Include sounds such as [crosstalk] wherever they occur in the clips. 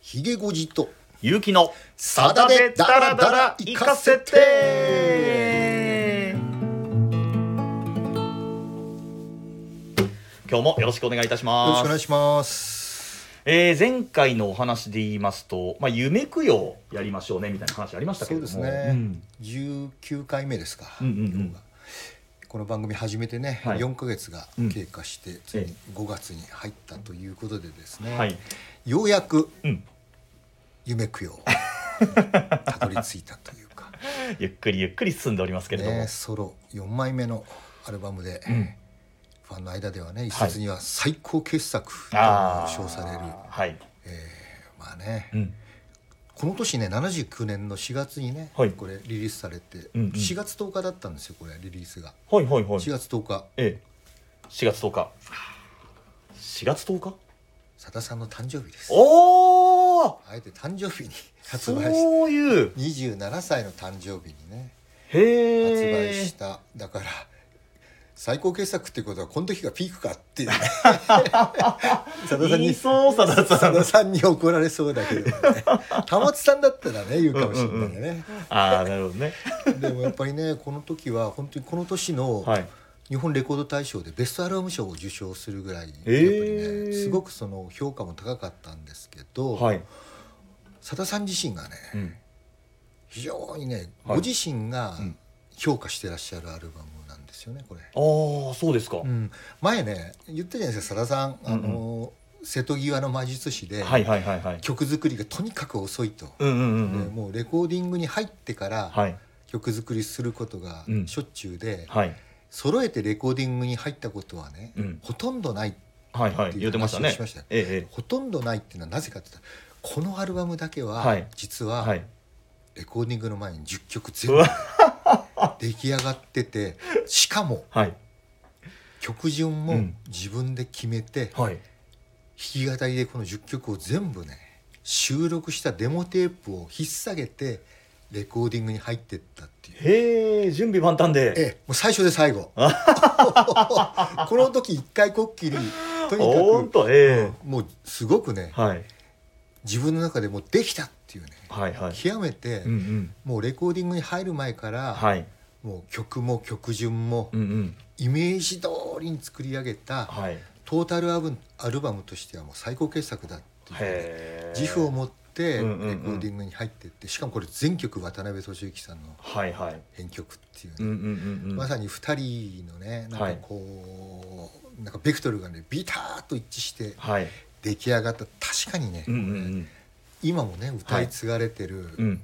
ヒゲゴジとゆうきのサダでダラダラ行かせて今日もよろしくお願いいたしよろましくお願いすしますえー前回のお話で言いますと、まあ、夢供養やりましょうねみたいな話ありましたけそれうどでもすね、うん19回目ですか、うんうんうん今日がこの番組始めてね、はい4か月がうん経過して、ついに5月に入ったということでですね、はいようやくうん夢供養たどり着いたというか、ゆっくりゆっくり進んでおります [laughs] けれども、ね、ソロ4枚目のアルバムで、うんファンの間ではね一説には最高傑作とあー称される、はい、まあね、うんこの年ね79年の4月にね、はいこれリリースされて、うんうん4月10日だったんですよこれリリースがはいはいはい4月10日ええ4月10日4月10日さださんの誕生日ですおおあえて誕生日に発売しそういうた27歳の誕生日にね発売へえしただから最高傑作ってことはこの時がピークかって [laughs] いうねさださん言いにそうさだささんださんに怒られそうだけどね [laughs] 玉津さんだったらね言うかもしれないね、ああなるほどねでもやっぱりねこの時は本当にこの年の、はい日本レコード大賞でベストアルバム賞を受賞するぐらいやっぱりね、えーすごくその評価も高かったんですけど、はい、佐田さん自身がねうん、非常にね、はいご自身がうん評価してらっしゃるアルバムなんですよねこれ、ああそうですか、うん、前ね言ったじゃないですか佐田さんあの、瀬戸際の魔術師で、はいはいはいはい曲作りがとにかく遅いと、うんうんうんうでんもうレコーディングに入ってからはい曲作りすることがうんしょっちゅうで、はい揃えてレコーディングに入ったことはね、うんほとんどないはいはっいていう言ってましたね話をしましたよえええほとんどないっていうのはなぜかって言ったらこのアルバムだけは、はい実えははいレコーディングの前に10曲全う部わ出来上がっててしかもはい曲順うもん自分で決めて、弾はいき語りでこの10曲を全部ね収録したデモテープを引っ提げてレコーディングに入ってったっていう。へえ準備万端でええ、もう最初で最 [laughs] 後この時一回こっきりとにほんかとええくもうすごくねはい自分の中でもうできたっていうねはいはい極めて、うんうんもうレコーディングに入る前から、はいもう曲も曲順もうんうんイメージ通りに作り上げたはいへトータルアブアルバムとしてはもう最高傑作だっていうねえ自負を持ってレうコんうんうんーディングに入ってってしかもこれ全曲渡辺俊之さんのはいはい編曲っていううんね、うんうんうんまさに2人のねなんかこう、なんかベクトルがねビターッと一致してはい出来上がった確かにね、うんうん今もね歌い継がれてる、うんうん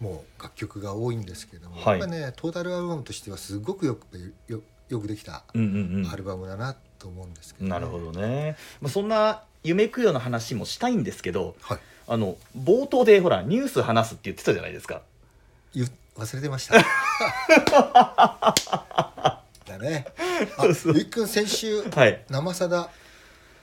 もう楽曲が多いんですけども、はいやっぱねトータルアルバムとしてはすごくよくよよくできたうんうんアルバムだなと思うんですけど、うんなるほどねまあそんな夢供養の話もしたいんですけどはいあの冒頭でほらニュース話すって言ってたじゃないですか言う忘れてま [laughs] しただねあそうそうゆいくん先週はい生さだ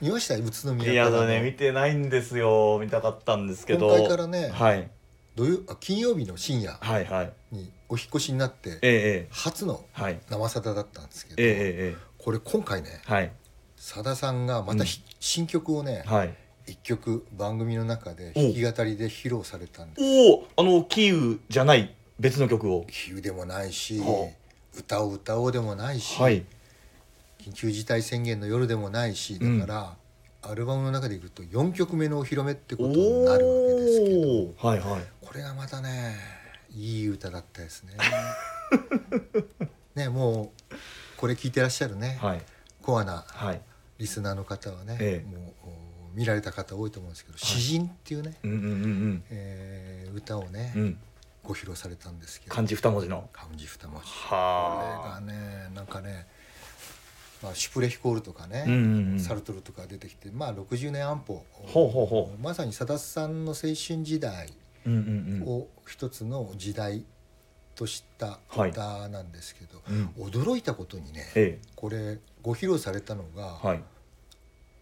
見ました宇都宮いやからだのね見てないんですよ見たかったんですけど今回からねはい土曜あ金曜日の深夜はいはいにお引越しになってえええ初のえはい生さだだったんですけど、えええこれ今回ねえはいさださんがまたひ、新曲をね、はい一曲番組の中で弾き語りで披露されたんでおおあのキーウじゃない別の曲を比喩でもないしは歌を歌おうでもないし、はい緊急事態宣言の夜でもないしうんだから、アルバムの中でいくと4曲目のお披露目っておことになるわけですけどおはいはいこれがまたねいい歌だったです [laughs] ね。ねもうこれ聞いてらっしゃるね、はいコアなはいリスナーの方はね、ええもうお見られた方多いと思うんですけど「詩人」っていうね、うんうんうんえー歌をね、うんうんご披露されたんですけど漢字二文字の漢字二文字これがはねなんかね、まあ、シュプレヒコールとかね、あうんうんうんサルトルとか出てきて、まあ、60年安保ほうほうほまさにさださんの青春時代ううんうんうんを一つの時代としたはい歌なんですけど、うん驚いたことにねえこれご披露されたのが、えはい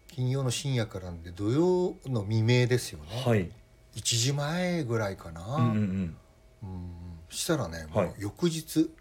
金曜の深夜からなんで土曜の未明ですよね、はい1時前ぐらいかな、うんうんうんうんしたらねもはいう翌日、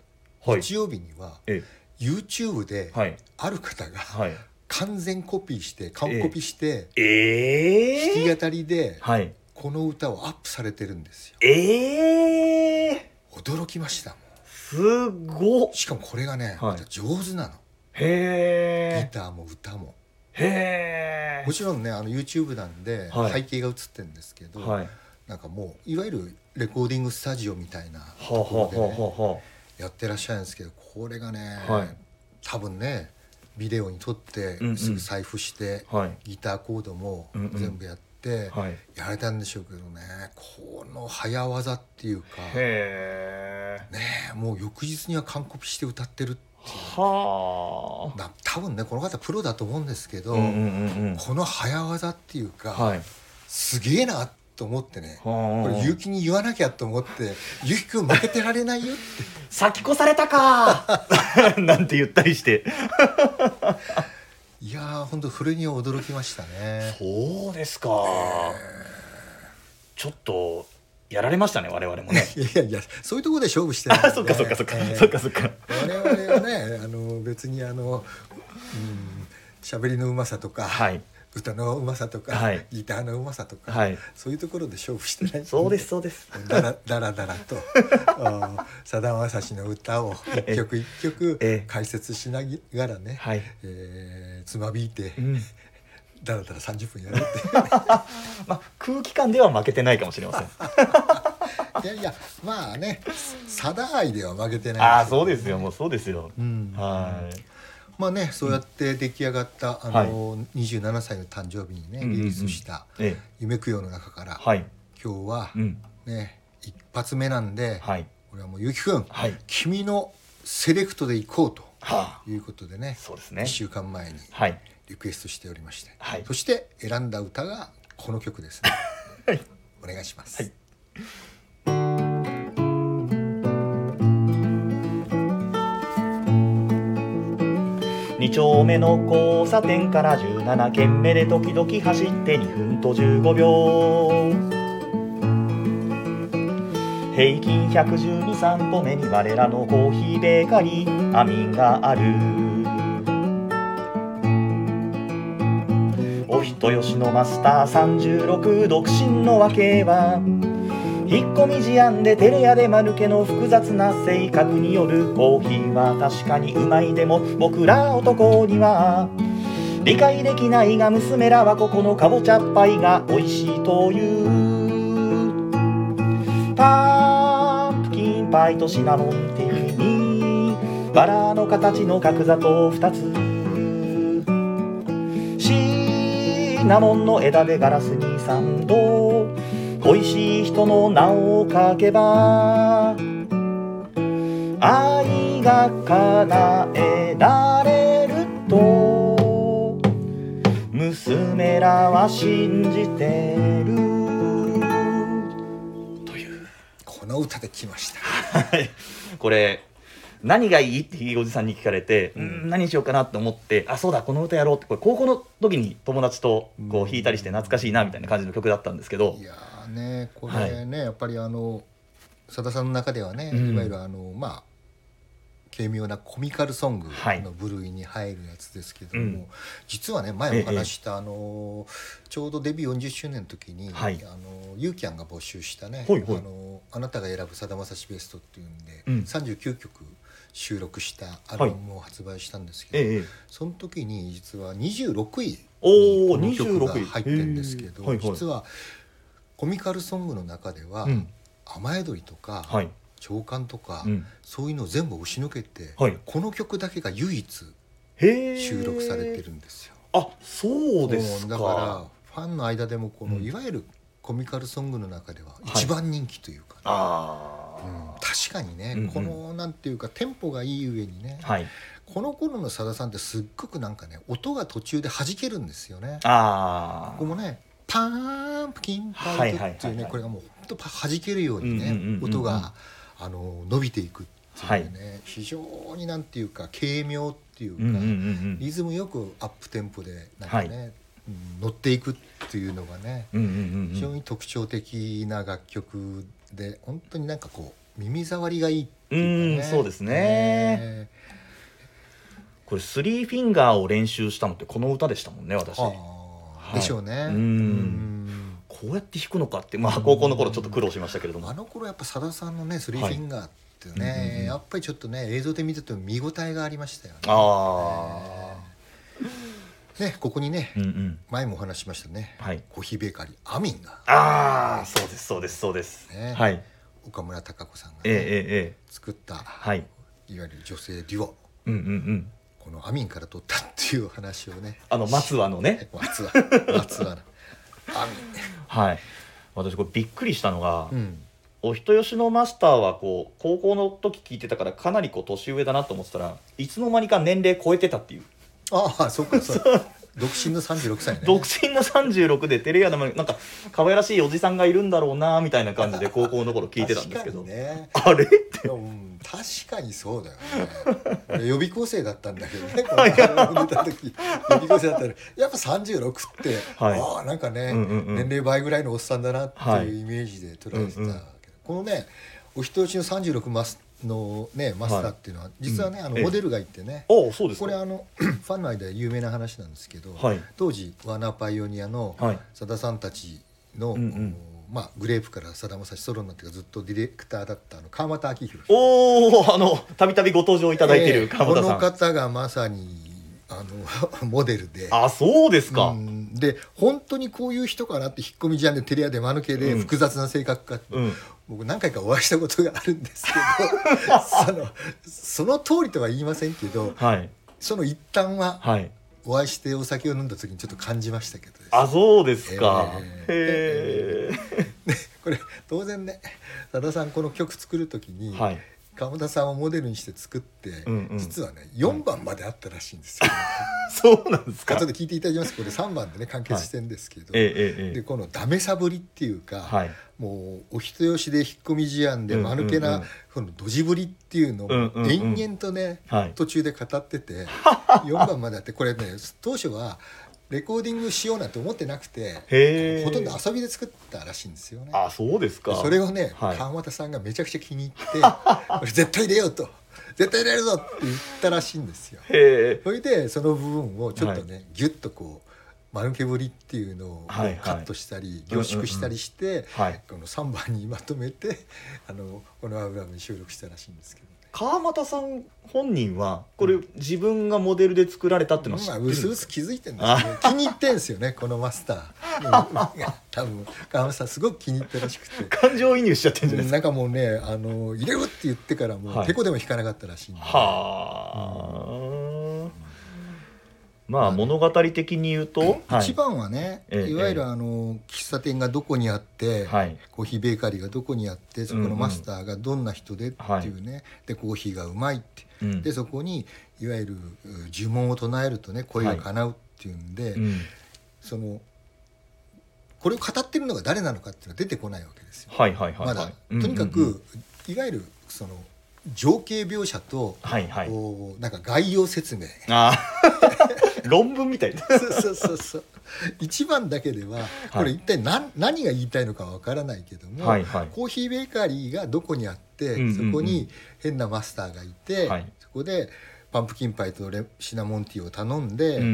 はい日曜日にはえ YouTube でえはいある方がはい完全コピーして完コピしてえ弾えき語りではいここの歌をアップされてるんですよええ驚きましたもすごっんしかもこれがね、はいまた上手なのギへえターも歌もへえもちろんねあの YouTube なんではい背景が映ってるんですけど、はいなんかもういわゆるレコーディングスタジオみたいなはあはところでね、あはあはあやってらっしゃるんですけどこれがね、はい多分ねビデオに撮ってうんうんすぐ財布して、はいギターコードもうんうん全部やってはいへやられたんでしょうけどねこの早技っていうか、ねええ、もう翌日には完コピして歌ってるはあな多分ねこの方プロだと思うんですけど、うんうんうんうんこの早技っていうか、はいすげえなと思ってね。これは結城に言わなきゃと思って [laughs] 「結城くん負けてられないよ」ってあ先越されたか [laughs] なんて言ったりしていやー本当それには驚きましたねそうですかちょっとやられましたね我々もねいやいやいやそういうところで勝負してるんで [laughs] あ [laughs] そっかそっかそっか、えーそっかそっか我々はねあの別にあのうん喋りのうまさとか、はい歌のうまさとか、はいギターのうまさとか、はいそういうところで勝負してないそうですそうですだらだらだら [laughs] とあーさだまさしの歌を一曲一え曲解説しながらね、はい、えーつまびいてうんだらだら30分やるってまあ、空気感では負けてないかもしれません [laughs] いやいやまあねサダ愛では負けてないああそうですよもうそうですよ、うんはいまあねそうやって出来上がった、あの27歳の誕生日にねうんうんうんリリースしたええ「夢供養」の中から、はい今日はうんね一発目なんで、はいこれはもうゆきくん、はい君のセレクトでいこうとはあいうことでねそうです1ね週間前にはいリクエストしておりまして、はいそして選んだ歌がこの曲ですね [laughs] はいお願いします、はい2丁目の交差点から17軒目で時々走って2分と15秒平均112散歩目に我らのコーヒーベーカリーアミンがあるお人よしのマスター36独身の訳は引っ込み思案でテレアで間抜けの複雑な性格によるコーヒーは確かにうまいでも僕ら男には理解できないが娘らはここのかぼちゃパイが美味しいというパンプキンパイとシナモンティーにバラの形の角砂糖2つシナモンの枝でガラスに3度恋しい人の名を書けば愛が叶えられると娘らは信じてるというこの歌で来ましたこれ何がいいってひいおじさんに聞かれて、ううんん、何しようかなと思ってあそうだこの歌やろうってこれ高校の時に友達とこううん弾いたりして懐かしいなみたいな感じの曲だったんですけどいやーねこれね、やっぱりあのさださんの中ではね、うんいわゆるあのまあ軽妙なコミカルソングはいの部類に入るやつですけども、うん実はね前お話しした、あのちょうどデビュー40周年の時に、はいあのゆうきゃんが募集したね「ほいほいあのあなたが選ぶさだまさしベスト」っていうんで、うん39曲収録したアルバムを発売したんですけど、ええその時に実は26位おーこの曲が26位入ってるんですけど、へーはいはい実はコミカルソングの中ではうん「雨宿り」とかはい「長官」とか、うんそういうのを全部押しのけて、はいこの曲だけが唯一へえ収録されてるんですよ。あそうですかだからファンの間でもこの、うんいわゆるコミカルソングの中でははい一番人気というかね、ああ、うん確かにね、うんうんこのなんていうかテンポがいい上にね、はいこの頃のさださんってすっごくなんかね音が途中で弾けるんですよね。あここもねパーンプキンパイトってはいはいいうはいねはいこれがもうほんとはじけるようにうんうんうんねうん音があの伸びていくっていうね、非常になんていうか軽妙っていううんうんうんうかんリズムよくアップテンポでなんかね、うん乗っていくっていうのがねうんうんうん非常に特徴的な楽曲で本当になんかこう耳障りがいいっていうかうんねそうですねねこれスリーフィンガーを練習したのってこの歌でしたもんね私あーはいでしょうね。ううんんここうやって弾くのかって、まあ、高校の頃ちょっと苦労しましたけれどもあの頃やっぱさださんのね「スリーフィンガー」っていうね、はいうんうんうんやっぱりちょっとね映像で見てても見応えがありましたよね。あねここにね、ーうんうん前もお話ししましたね、はいコーヒーベーカリーアミンが、ああそうですそうですそうです、ねはい岡村孝子さんがね、ええええええ作った、、はいいわゆる女性デュオうんうんうんこのアミンから取ったっていう話をねあの松和のね松は松はなアはい私これびっくりしたのが、ミン、うん、お人よしのマスターはこう高校の時聞いてたからかなりこう年上だなと思ってたらいつの間にか年齢超えてたっていう、ああそうかそう独身の36歳 [laughs] ね独身の36でテレビのなんか可愛らしいおじさんがいるんだろうなみたいな感じで高校の頃聞いてたんですけど、確かにねあれいやうん確かにそうだよね俺予備校生だったんだけどねこの番組出た [laughs] 時予備校生だったらやっぱ36って、はいああなんかね、うんうんうん年齢倍ぐらいのおっさんだなっていうイメージで捉えてたけど、はいうんうんこのねお人よしの36マスの、ね、マスターっていうのは、実はね、うんあのええモデルがいてね、おおそうですこかれあの [clears throat] ファンの間で有名な話なんですけど、はい当時ワーナーパイオニアのはいさださんたちの、うんうんまあ、グレープからさだまさしソロになってからずっとディレクターだったあの川俣明宏おおあのたびたびご登場いただいてえるえ川田さん、この方がまさにあの [laughs] モデルであそうですか、うんで本当にこういう人かなって引っ込みじゃんで照れ屋で間抜けでうん複雑な性格かって、うん僕何回かお会いしたことがあるんですけ [laughs] どそのその通りとは言いませんけどはいその一端ははいお会いしてお酒を飲んだ時にちょっと感じましたけどですねあそうですか、えへこれ当然ねさださんこの曲作る時に、えはい川田さんをモデルにして作って、うんうん実はね4番まであったらしいんですよ、 [laughs] そうなんですか後で聞いていただきますこれ3番でね完結してんですけど、ええええでえこのダメサぶりっていうか、えはいもうお人よしで引っ込み思案でうんうん間うん抜けなこのドジぶりっていうのをうんうんうん延々とねはい途中で語って [laughs] て4番まであってこれね当初はレコーディングしようなんて思ってなくてへえほとんど遊びで作ったらしいんですよね。あそうですかそれをね、はい川俣さんがめちゃくちゃ気に入 [laughs] って「俺絶対入れよう」と「絶対入れるぞ」って言ったらしいんですよ。へえそれでその部分をちょっとね、ギュッとこう丸けぶりっていうのをカはいはいットしたり、凝縮したりして、はいこの3番にまとめて [laughs] あのこのアルバムに収録したらしいんですけど、ね。川俣さん本人はこれ自分がモデルで作られたってのは知ってまあるんでうすすか、うす気づいてんですけ [laughs] ど気に入ってんすよねこのマスター、うん多分川俣さんすごく気に入ったらしくて [laughs] 感情移入しちゃってるんじゃないですか、なんかもうねあの入れるって言ってからもう、はいてこでも引かなかったらしいんで、はあ、まあ物語的に言うと、はい一番はね、ええいわゆるあの喫茶店がどこにあって、はいコーヒーベーカリーがどこにあってそこのマスターがどんな人でっていうね、でコーヒーがうまいって、うんでそこにいわゆるう呪文を唱えるとね恋が叶うっていうんで、うんそのこれを語ってるのが誰なのかっていうのは出てこないわけですよ。はいはいはいはまい、だうんとにかく、うんうんいわゆるその情景描写と、はいはいこうなんか概要説明あー [laughs] 論文みたいなそうそうそうそう一番だけではこれ一体何,、何が言いたいのかわからないけども、はいはいコーヒーベーカリーがどこにあって、うんうんうんそこに変なマスターがいて、はいそこでパンプキンパイとレシナモンティーを頼んで、うんう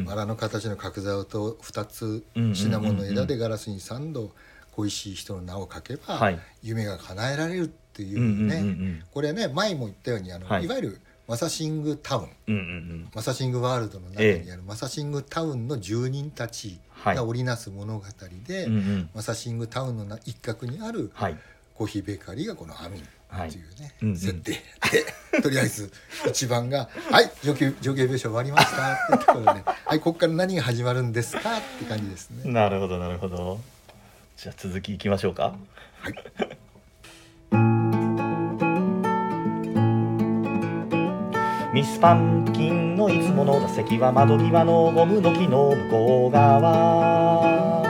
んバラの形の角竿と2つうんうんうんうんシナモンの枝でガラスに3度恋しい人の名を書けば、はい夢が叶えられるっていううんうんうんね、うんこれね前も言ったようにあの、はいい、わゆるマサシングタウンうんうんマサシングワールドの中にあるマサシングタウンの住人たちが織りなす物語で、うんうんうんマサシングタウンのな一角にあるはいコーヒーベーカリーがこのアミンっていうね、うんうん設定でと [laughs] りあえず一番が「はい上級上級描写終わりました」ってところで「はいここから何が始まるんですか?」って感じです [laughs] ね。なるほどなるほどじゃあ続きいきましょうかはい、 [laughs] ミスパンプキンのいつもの座席は窓際のゴムの木の向こう側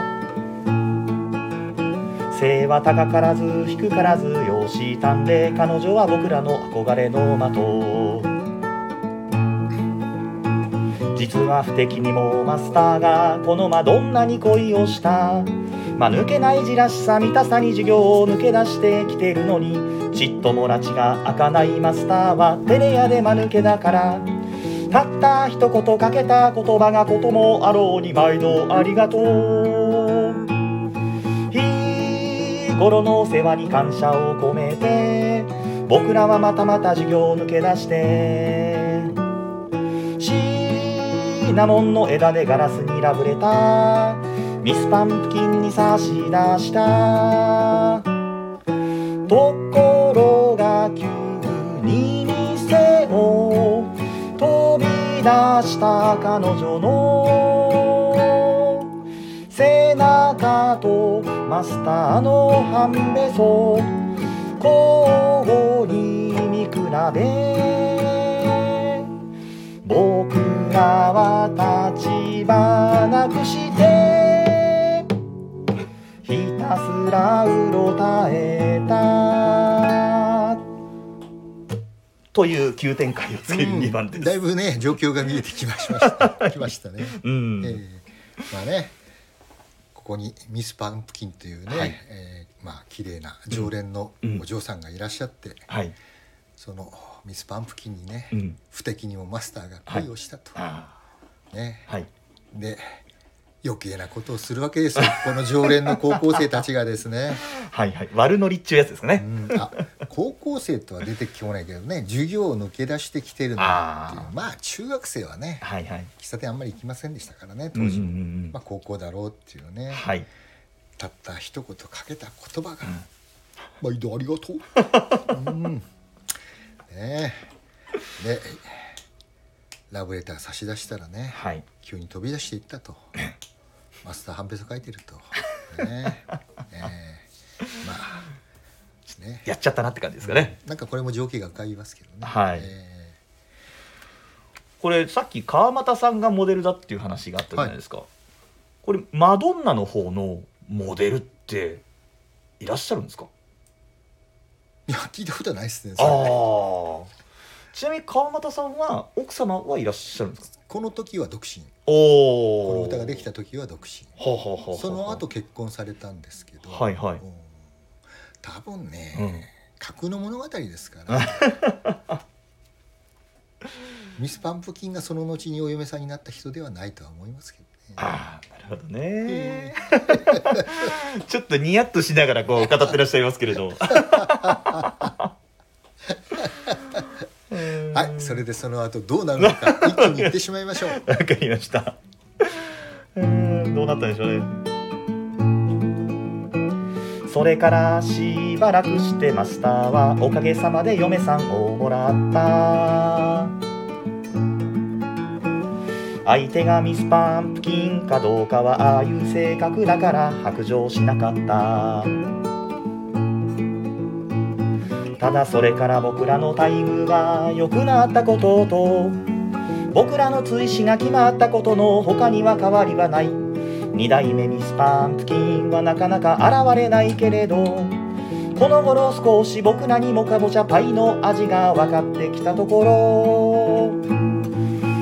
背は高からず低からず容姿んで彼女は僕らの憧れの的実は不敵にもマスターがこのマドンナに恋をした間抜けないじらしさ見たさに授業を抜け出してきてるのにちっとも拉致が開かないマスターは照れ屋で間抜けだからたった一言かけた言葉がこともあろうに毎度ありがとう頃の世話に感謝を込めて僕らはまたまた授業を抜け出してシナモンの枝でガラスにラブレタミスパンプキンに差し出したところが急に店を飛び出した彼女の背中とマスターの半べそ交互に見比べ僕らは立場なくしてひたすらうろたえたという急展開をつける2番です。だいぶね状況が見えてきましました。 [laughs] きましたね。うんえーまあねここにミス・パンプキンというね、はいえーまあ綺麗な常連のお嬢さんがいらっしゃって、はい。そのミス・パンプキンにね、うん不敵にもマスターが恋をしたと、あねーはい。で余計なことをするわけです [laughs] よこの常連の高校生たちがですね、はいはい。悪ノリっちゅうやつですかうね。ん、あ高校生とは出てきこないけどね授業を抜け出してきてるなっていうあまあ中学生はねはいはい。喫茶店あんまり行きませんでしたからねう当んうんう時、んまあ、高校だろうっていうね、うん。はい。たった一言かけた言葉が「毎度ありがとう」うん、ねえでラブレター差し出したらねはい。急に飛び出していったとマスター半べそ書いてるとねえねえまあねやっちゃったなって感じですかね。なんかこれも情景が浮かびますけどね、はいえこれさっき川俣さんがモデルだっていう話があったじゃないですか、これマドンナの方のモデルっていらっしゃるんですかえいや聞いたことないですねあそれねあちなみに川俣さんは奥様はいらっしゃるんですかこの時は独身おこおの歌ができた時は独身ははははその後結婚されたんですけど、はいはいうん多分ね、うん架空の物語ですから。 [laughs] ミスパンプキンがその後にお嫁さんになった人ではないとは思いますけどね。ああなるほどね [laughs] ちょっとニヤッとしながらこう語ってらっしゃいますけれどはい、それでその後どうなるのか [laughs] 一気に言ってしまいましょう。わかりました。うーん、どうなったんでしょうね。それからしばらくしてマスターはおかげさまで嫁さんをもらった相手がミスパンプキンかどうかはああいう性格だから白状しなかったただそれから僕らの待遇が良くなったことと僕らの追試が決まったことの他には変わりはない二代目ミスパンプキンはなかなか現れないけれどこの頃少し僕らにもかぼちゃパイの味が分かってきたところ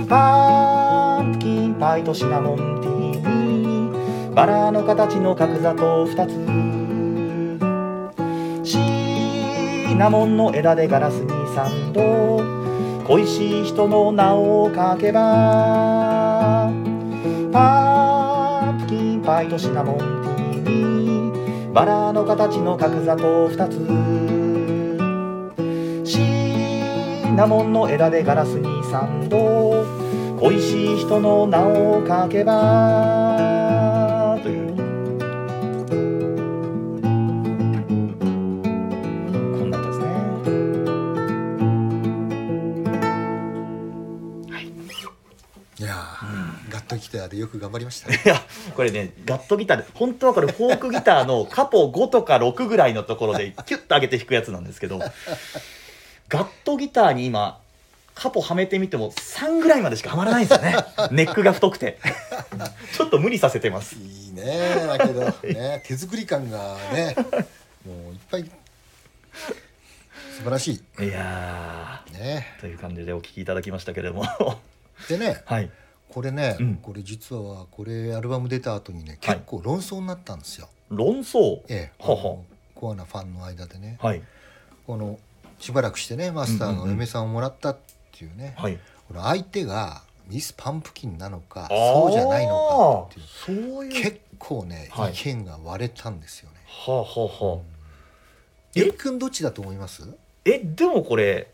パンプキンパイとシナモンティーにバラの形の角砂糖2つシナモンの枝でガラスに3度恋しい人の名を書けばパンプキンパイとシナモンティーにバラの形の角砂糖2つシナモンの枝でガラスに3度恋しい人の名を書けばというこんな歌ですねいやー、ガットギターでよく頑張りましたね。いやこれねガットギターで本当はこれフォークギターのカポ5とか6ぐらいのとこ [laughs] ろでキュッと上げて弾くやつなんですけどガットギターに今カポはめてみても3ぐらいまでしかはまらないんですよ [laughs] ねネックが太くてちょっと無理させてますいいねだけどね手作り感がねもういっぱい素晴らしいやいねーという感じでお聞きいただきましたけ [laughs] れどもでねはいこれね、うんこれ実はこれアルバム出た後にねはい結構論争になったんですよ、論争ええほうほあのコアなファンの間でね、はいこのしばらくしてねマスターうんうんがうおん嫁さんをもらったっていうね、はいこの相手がミスパンプキンなのかそうじゃないのかっていうそういう結構ね、はい意見が割れたんですよね。はあはあはあえゆりくんどっちだと思いますえでもこれ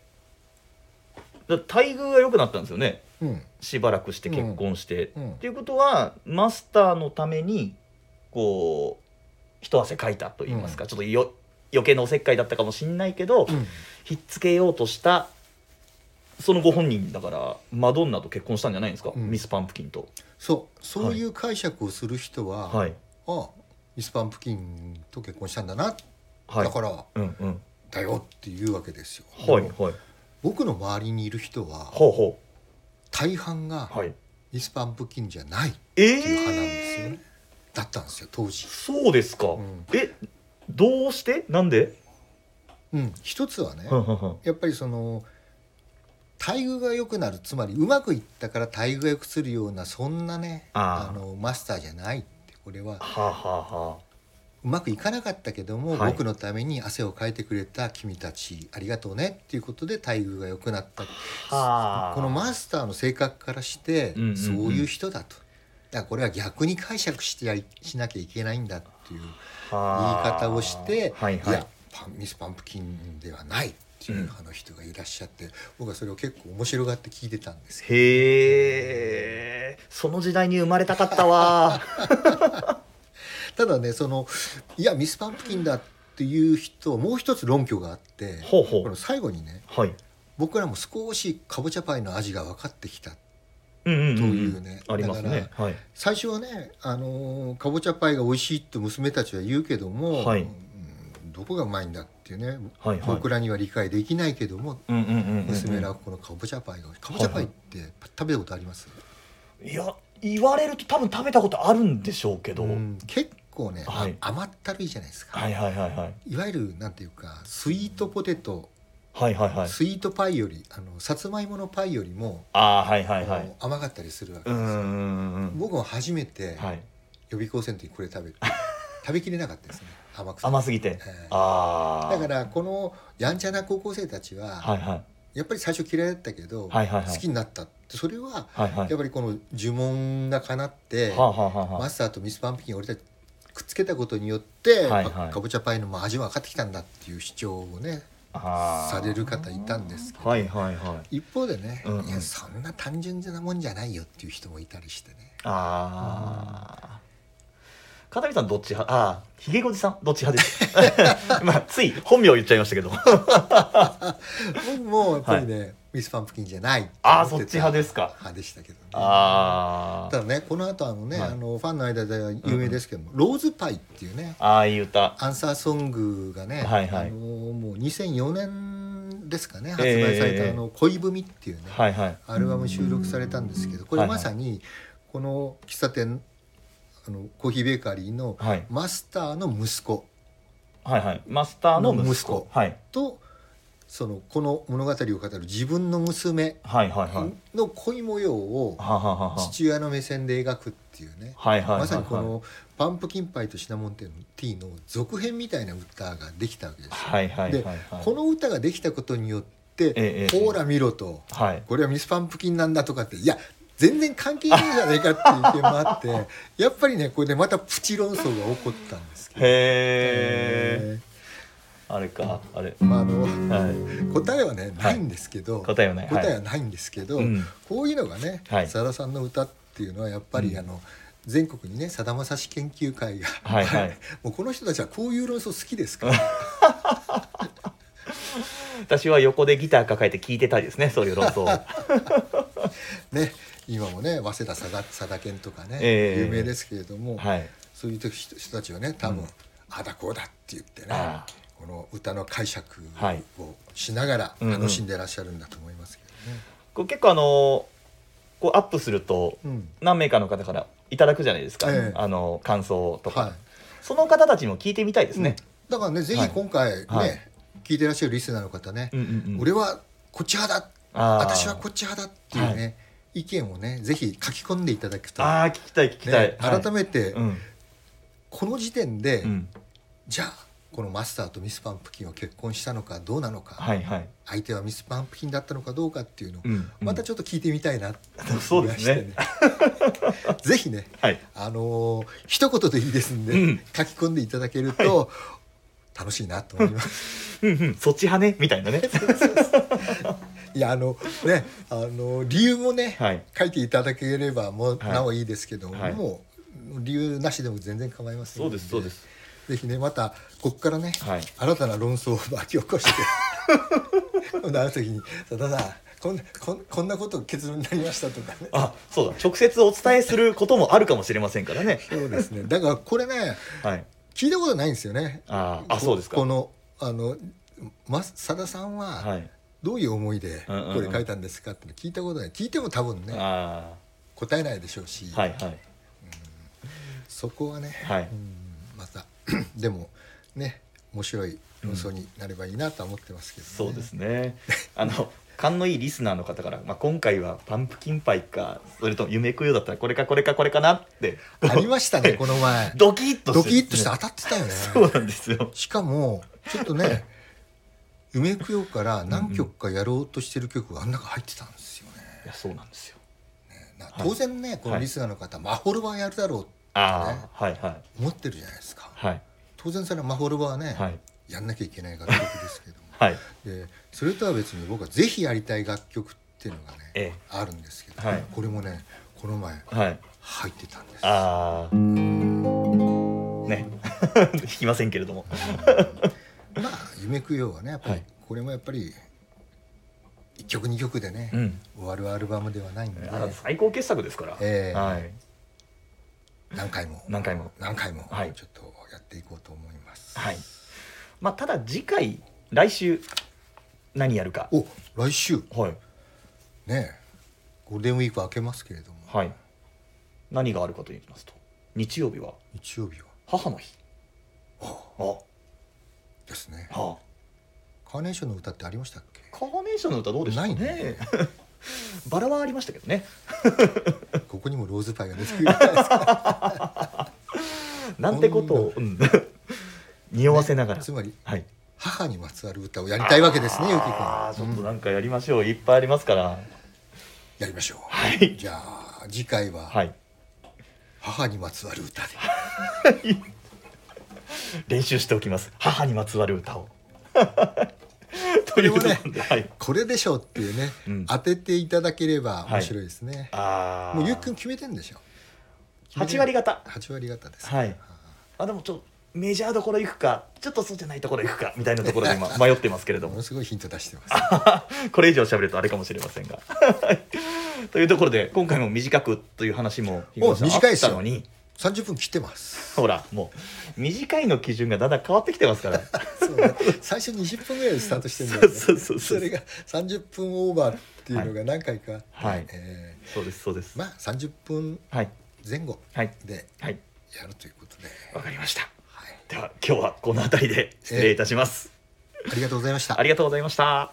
だ待遇が良くなったんですよねうんしばらくして結婚して、うんっていうことはマスターのためにこう一汗かいたと言いますか、ちょっとよ余計なおせっかいだったかもしんないけど、うんひっつけようとしたそのご本人だからマドンナと結婚したんじゃないんですか、うんミス・パンプキンとそうそういう解釈をする人は、はいあミスパンプキンと結婚したんだな、はいだからうんうんだよっていうわけですよ。はいでもはい僕の周りにいる人はほうほ大半がうはいミスパンプキンじゃないってえいう派なんですよね。えー、だったんですよ当時。そうですか、んえどうしてなんで、うん、一つはね、はんはんはんやっぱりその待遇が良くなるつまりうまくいったから待遇が良くするようなそんなねあーのマスターじゃないってこれははあはあはうまくいかなかったけども、はい僕のために汗をかいてくれた君たちありがとうねっていうことで待遇が良くなったあはあこのマスターの性格からして、うんうんうんそういう人だと。だからこれは逆に解釈してやりしなきゃいけないんだっていう言いはあ方をして、はいはいやパンミス・パンプキンではないっていう派の人がいらっしゃって、僕はそれを結構面白がって聞いてたんですよ。へえその時代に生まれたかった [laughs] わただねそのいやミス・パンプキンだっていう人もう一つ論拠があってほうほうこの最後にねはい僕らも少しかぼちゃパイの味が分かってきたうんうんんというねありますねだはい最初はね、あのーかぼちゃパイが美味しいって娘たちは言うけども、はいうんどこがうまいんだっていうね、はいはい僕らには理解できないけどもうんうんうんうんうん娘らはこのかぼちゃパイがかぼちゃパイって食べたことあります、いや言われると多分食べたことあるんでしょうけど、うん結構ね、あはい甘ったるいじゃないですか、、はいいはいはいはいわゆるなんていうかスイートポテト、はいはいはいスイートパイよりあのさつまいものパイよりも、ああーはいはいはあいの甘かったりするわけうですんうよ、んうんうん僕も初めてはい予備校生の時これ [laughs] 食べて食べきれなかったですね甘くて甘すぎえて、えああだからこのやんちゃな高校生たちは、はいはいやっぱり最初嫌いだったけど、はいはいはい好きになったってそれははいはいやっぱりこの呪文がかなって、はあ、はあはあはマあ、スターとミス・パンプキンを俺たちくっつけたことによって、はいかはいかぼちゃパイのも味は分かってきたんだっていう主張をねあーされる方いたんですけどはいはいはい一方でね、うんうんいやそんな単純なもんじゃないよっていう人もいたりしてね [laughs] ああ片見さんどっち派ああひげごじさんどっち派で [laughs] すまあつい本名言っちゃいましたけどあ僕もやっぱりね、ミス・パンプキンじゃないってあー思そてったち派ですか派でしたけどねあただねこの後あのね、はいあのファンの間では有名ですけども、ローズパイっていうねあああいう歌アンサーソングがね、はいはいあのもう2004年ですかね発ええ売されたあの恋文っていうね、はいはいアルバム収録されたんですけどこはれいはいまさにこの喫茶店あのコーヒーベーカリーのはいマスターの息子はいはいマスターの息子息子はい、とそのこの物語を語る自分の娘はいはいはいの恋模様をはあはあはあはあ父親の目線で描くっていうねはいはいはいはいまさにこの「パンプキンパイとシナモンティー」の続編みたいな歌ができたわけですよ。はいはいはいではいこの歌ができたことによって「ええええほら見ろ」とはい「これはミスパンプキンなんだ」とかっていや全然関係ないじゃないかっていう意見もあって [laughs] やっぱりねこれでまたプチ論争が起こったんですけど。へえあれかあれまあ、あのはい答えはねはないいんですけど、答えはないはい答えはないんですけど、うんこういうのがねさだはい、佐田さんの歌っていうのはやっぱり、うんあの全国にねさだまさし研究会が、はいはい [laughs] もうこの人たちはこういう論争好きですから私は横でギター抱えて聴いてたいですねそういう論争を [laughs] ね今もね早稲田さださだ研とかね、ええ有名ですけれども、はいそういう人たちはね多分、うんああだこうだって言ってねああこの歌の解釈はいをしながらうんうん楽しんでらっしゃるんだと思いますけどね。こう結構あのこうアップするとうん何名かの方からいただくじゃないですか、ええあの感想とか、はいその方たちにも聞いてみたいですね、だからねぜひ今回ね、はい聞いてらっしゃるリスナーの方ね、うんうんうん俺はこっち派だあー私はこっち派だっていうね、は意見をねぜひ書き込んでいただくと、ああ聞きたい聞きたい、ね、改て、めてうんこの時点で、うんじゃあこのマスターとミス・パンプキンは結婚したのかどうなのか、はいはい、相手はミス・パンプキンだったのかどうかっていうのを、うんうんまたちょっと聞いてみたいなって気がして、そうですね [laughs] ぜひねはい、あのー一言でいいですんで、うん書き込んでいただけると、楽しいなと思います。うんうん、そっち派ねみたい [laughs] なね、いやあのねあの理由もね、はい、書いていただければもうはいなおいいですけど、はいもう理由なしでも全然構いませんそうですそうですす、ぜひねまたここからね、はい新たな論争を巻き起 [laughs] こして今度会う時に「さださんこんこんこんなこと結論になりました」とかねあそうだ、直接お伝えすることもあるかもしれませんからね、そうですね [laughs] だからこれねはい、聞いたことないんですよねあーあこそうですか、このあのまさださんは、はい、どういう思いでうんうんうんこれ書いたんですかって聞いたことない聞いても多分ねあ答えないでしょうし、あ、はいはい、そこはね、はいうんまた [clears throat] でもね面白い論争になればいいなとは思ってますけど、ねそうですね。 [laughs] あの勘のいいリスナーの方から、まあ、今回はパンプキンパイかそれとも夢食うようだったらこれかこれかこれかなってありま [laughs] したねこの前ドキッとドキッとしてね当たってたよね [laughs] そうなんですよしかもちょっとね「夢供養」から何曲かやろうとしてる曲があん中入ってたんですよねいやそうなんですよなはい当然ねこのリスナーの方、マホルバーやるだろうってああ、はいはい思ってるじゃないですかはい当然それはマホルバーはね、はいやんなきゃいけない楽曲ですけどもはいでそれとは別に僕はぜひやりたい楽曲っていうのがね、ええあるんですけど、はいこれもねこの前はい入ってたんですああね [laughs] 弾きませんけれどもまあ「夢供養」はねやっぱり、はいこれもやっぱり1曲2曲でね、うん終わるアルバムではないんで、あー最高傑作ですから、ええはい何回も何回も何回もはいちょっとやっていこうと思います、はいまあただ次回来週何やるかお来週はいねゴールデンウィーク明けますけれども、はい何があるかと言いますと日曜日は日曜日は母の日あですねはカーネーションの歌ってありましたっけあ、カーネーションの歌どうでしたかないねね [laughs] バラはありましたけどねここにもローズパイが出てくるじゃないですかなんてことを、うん、 [laughs] 匂わせなが [laughs] ら、つまりはい母にまつわる歌をやりたいわけですねゆきくんああちょっとなんかやりましょういっぱいありますからやりましょう、はいじゃあ次回ははい母にまつわる歌で、練習しておきます母にまつわる歌 [laughs] をといれうこも [laughs] とねで、はいこれでしょうっていうね、うん当てていただければはい面白いですね、ああもうゆっくん決めてんでしょ8割方8割方です、はいあでもちょっとメジャーどころ行くかちょっとそうじゃないところ行くかみたいなところで今 [laughs] 迷ってますけれどもものすごいヒント出してますこれ以上喋るとあれかもしれませんがというところで今回も短くという話もお短いですあよったのに30分切ってますほらもう短いの基準がだんだん変わってきてますからそうね最初20分ぐらいでスタートしてるんだよねそうそうそうそうそれが30分オーバーっていうのが何回かあって、はいえそうですそうですーまあ30分はい前後はいではいやるということで、わかりましたはい、では今日はこの辺りで失礼いたします、ありがとうございましたありがとうございました